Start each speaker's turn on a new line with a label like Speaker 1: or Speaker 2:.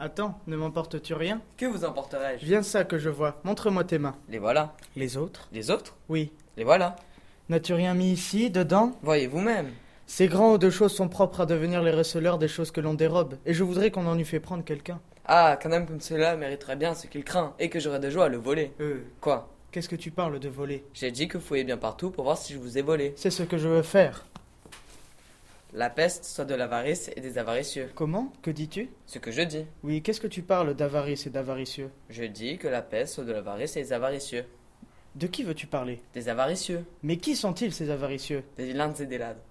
Speaker 1: Attends, ne m'emportes-tu rien
Speaker 2: Que vous emporterai-je
Speaker 1: Viens ça que je vois, montre-moi tes mains.
Speaker 2: Les voilà.
Speaker 1: Les autres
Speaker 2: Les autres
Speaker 1: Oui.
Speaker 2: Les voilà.
Speaker 1: N'as-tu rien mis ici, dedans
Speaker 2: Voyez vous-même.
Speaker 1: Ces grands hauts de choses sont propres à devenir les receleurs des choses que l'on dérobe, et je voudrais qu'on en eût fait prendre quelqu'un.
Speaker 2: Ah, qu'un homme comme cela mériterait bien ce qu'il craint, et que j'aurais de joie à le voler.
Speaker 1: Euh,
Speaker 2: Quoi
Speaker 1: qu'est-ce que tu parles de voler
Speaker 2: J'ai dit que vous fouillez bien partout pour voir si je vous ai volé.
Speaker 1: C'est ce que je veux faire.
Speaker 2: La peste, soit de l'avarice et des avaricieux.
Speaker 1: Comment Que dis-tu
Speaker 2: Ce que je dis.
Speaker 1: Oui, qu'est-ce que tu parles d'avarice et d'avaricieux
Speaker 2: Je dis que la peste, soit de l'avarice et des avaricieux.
Speaker 1: De qui veux-tu parler
Speaker 2: Des avaricieux.
Speaker 1: Mais qui sont-ils ces avaricieux
Speaker 2: Des vilains et des lades.